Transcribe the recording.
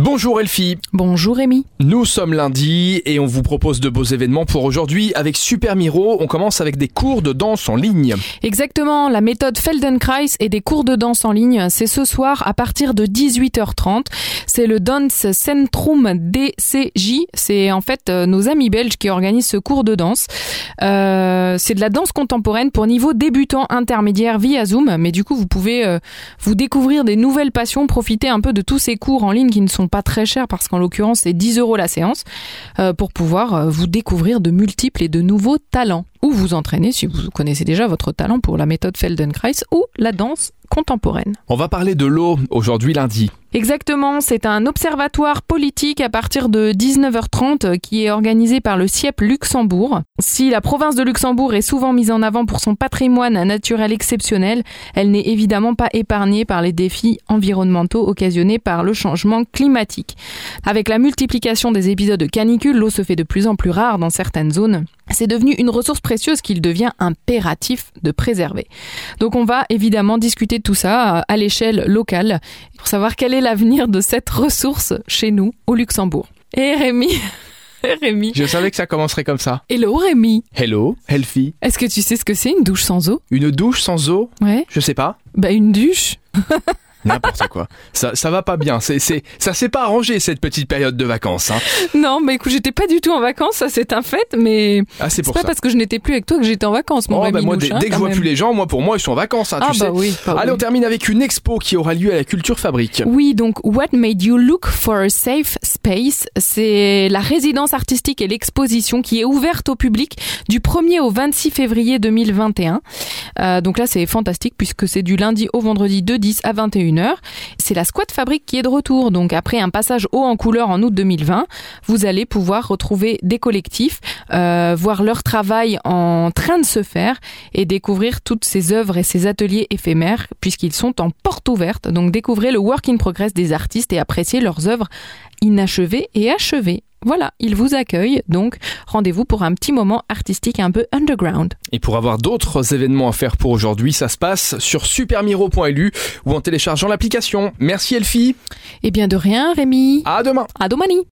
Bonjour Elfie. Bonjour Rémi. Nous sommes lundi et on vous propose de beaux événements pour aujourd'hui. Avec Super Miro, on commence avec des cours de danse en ligne. Exactement, la méthode Feldenkrais et des cours de danse en ligne, c'est ce soir à partir de 18h30. C'est le Dance Centrum DCJ. C'est en fait euh, nos amis belges qui organisent ce cours de danse. Euh, c'est de la danse contemporaine pour niveau débutant intermédiaire via Zoom. Mais du coup, vous pouvez euh, vous découvrir des nouvelles passions, profiter un peu de tous ces cours en ligne qui ne sont pas très chers parce qu'en l'occurrence, c'est 10 euros la séance euh, pour pouvoir euh, vous découvrir de multiples et de nouveaux talents ou vous entraîner si vous connaissez déjà votre talent pour la méthode Feldenkrais ou la danse contemporaine. On va parler de l'eau aujourd'hui lundi. Exactement, c'est un observatoire politique à partir de 19h30 euh, qui est organisé par le CIEP Luxembourg. Si la province de Luxembourg est souvent mise en avant pour son patrimoine naturel exceptionnel, elle n'est évidemment pas épargnée par les défis environnementaux occasionnés par le changement climatique. Avec la multiplication des épisodes de canicule, l'eau se fait de plus en plus rare dans certaines zones. C'est devenu une ressource précieuse qu'il devient impératif de préserver. Donc on va évidemment discuter de tout ça à l'échelle locale pour savoir quelle est l'avenir de cette ressource chez nous au Luxembourg. Et Rémi, Rémi, Je savais que ça commencerait comme ça. hello Rémi, Hello, Elfie. est-ce que tu sais ce que c'est une douche sans eau Une douche sans eau Ouais, Je sais pas. bah une douche. N'importe quoi. Ça, ça va pas bien. C'est, c'est, ça s'est pas arrangé cette petite période de vacances. hein. Non, bah écoute, j'étais pas du tout en vacances, ça c'est un fait, mais Ah, c'est c'est pour pas ça. parce que je n'étais plus avec toi que j'étais en vacances, mon Oh, Rémi bah, moi, douche, dès, hein, dès que je quand vois même. plus les gens, moi, pour moi, ils sont en vacances. hein, Ah tu bah sais. oui, bah Allez, on oui. termine avec une expo qui aura lieu à la Culture Fabrique. Oui, donc What Made You Look for a Safe Space, c'est la résidence artistique et l'exposition qui est ouverte au public du 1er au 26 février 2021. Euh, donc là, c'est fantastique puisque c'est du lundi au vendredi de 10 à 21h. C'est la Squat Fabrique qui est de retour. Donc après un passage haut en couleur en août 2020, vous allez pouvoir retrouver des collectifs, euh, voir leur travail en train de se faire et découvrir toutes ces œuvres et ces ateliers éphémères puisqu'ils sont en porte ouverte. Donc découvrez le work in progress des artistes et appréciez leurs œuvres inachevées et achevées. Voilà, ils vous accueillent, donc rendez-vous pour un petit moment artistique un peu underground. Et pour avoir d'autres événements à faire pour aujourd'hui, ça se passe sur supermiro.lu ou en téléchargeant l'application. Merci Elfie, Ah. Eh bien de rien, Rémi. à demain À domani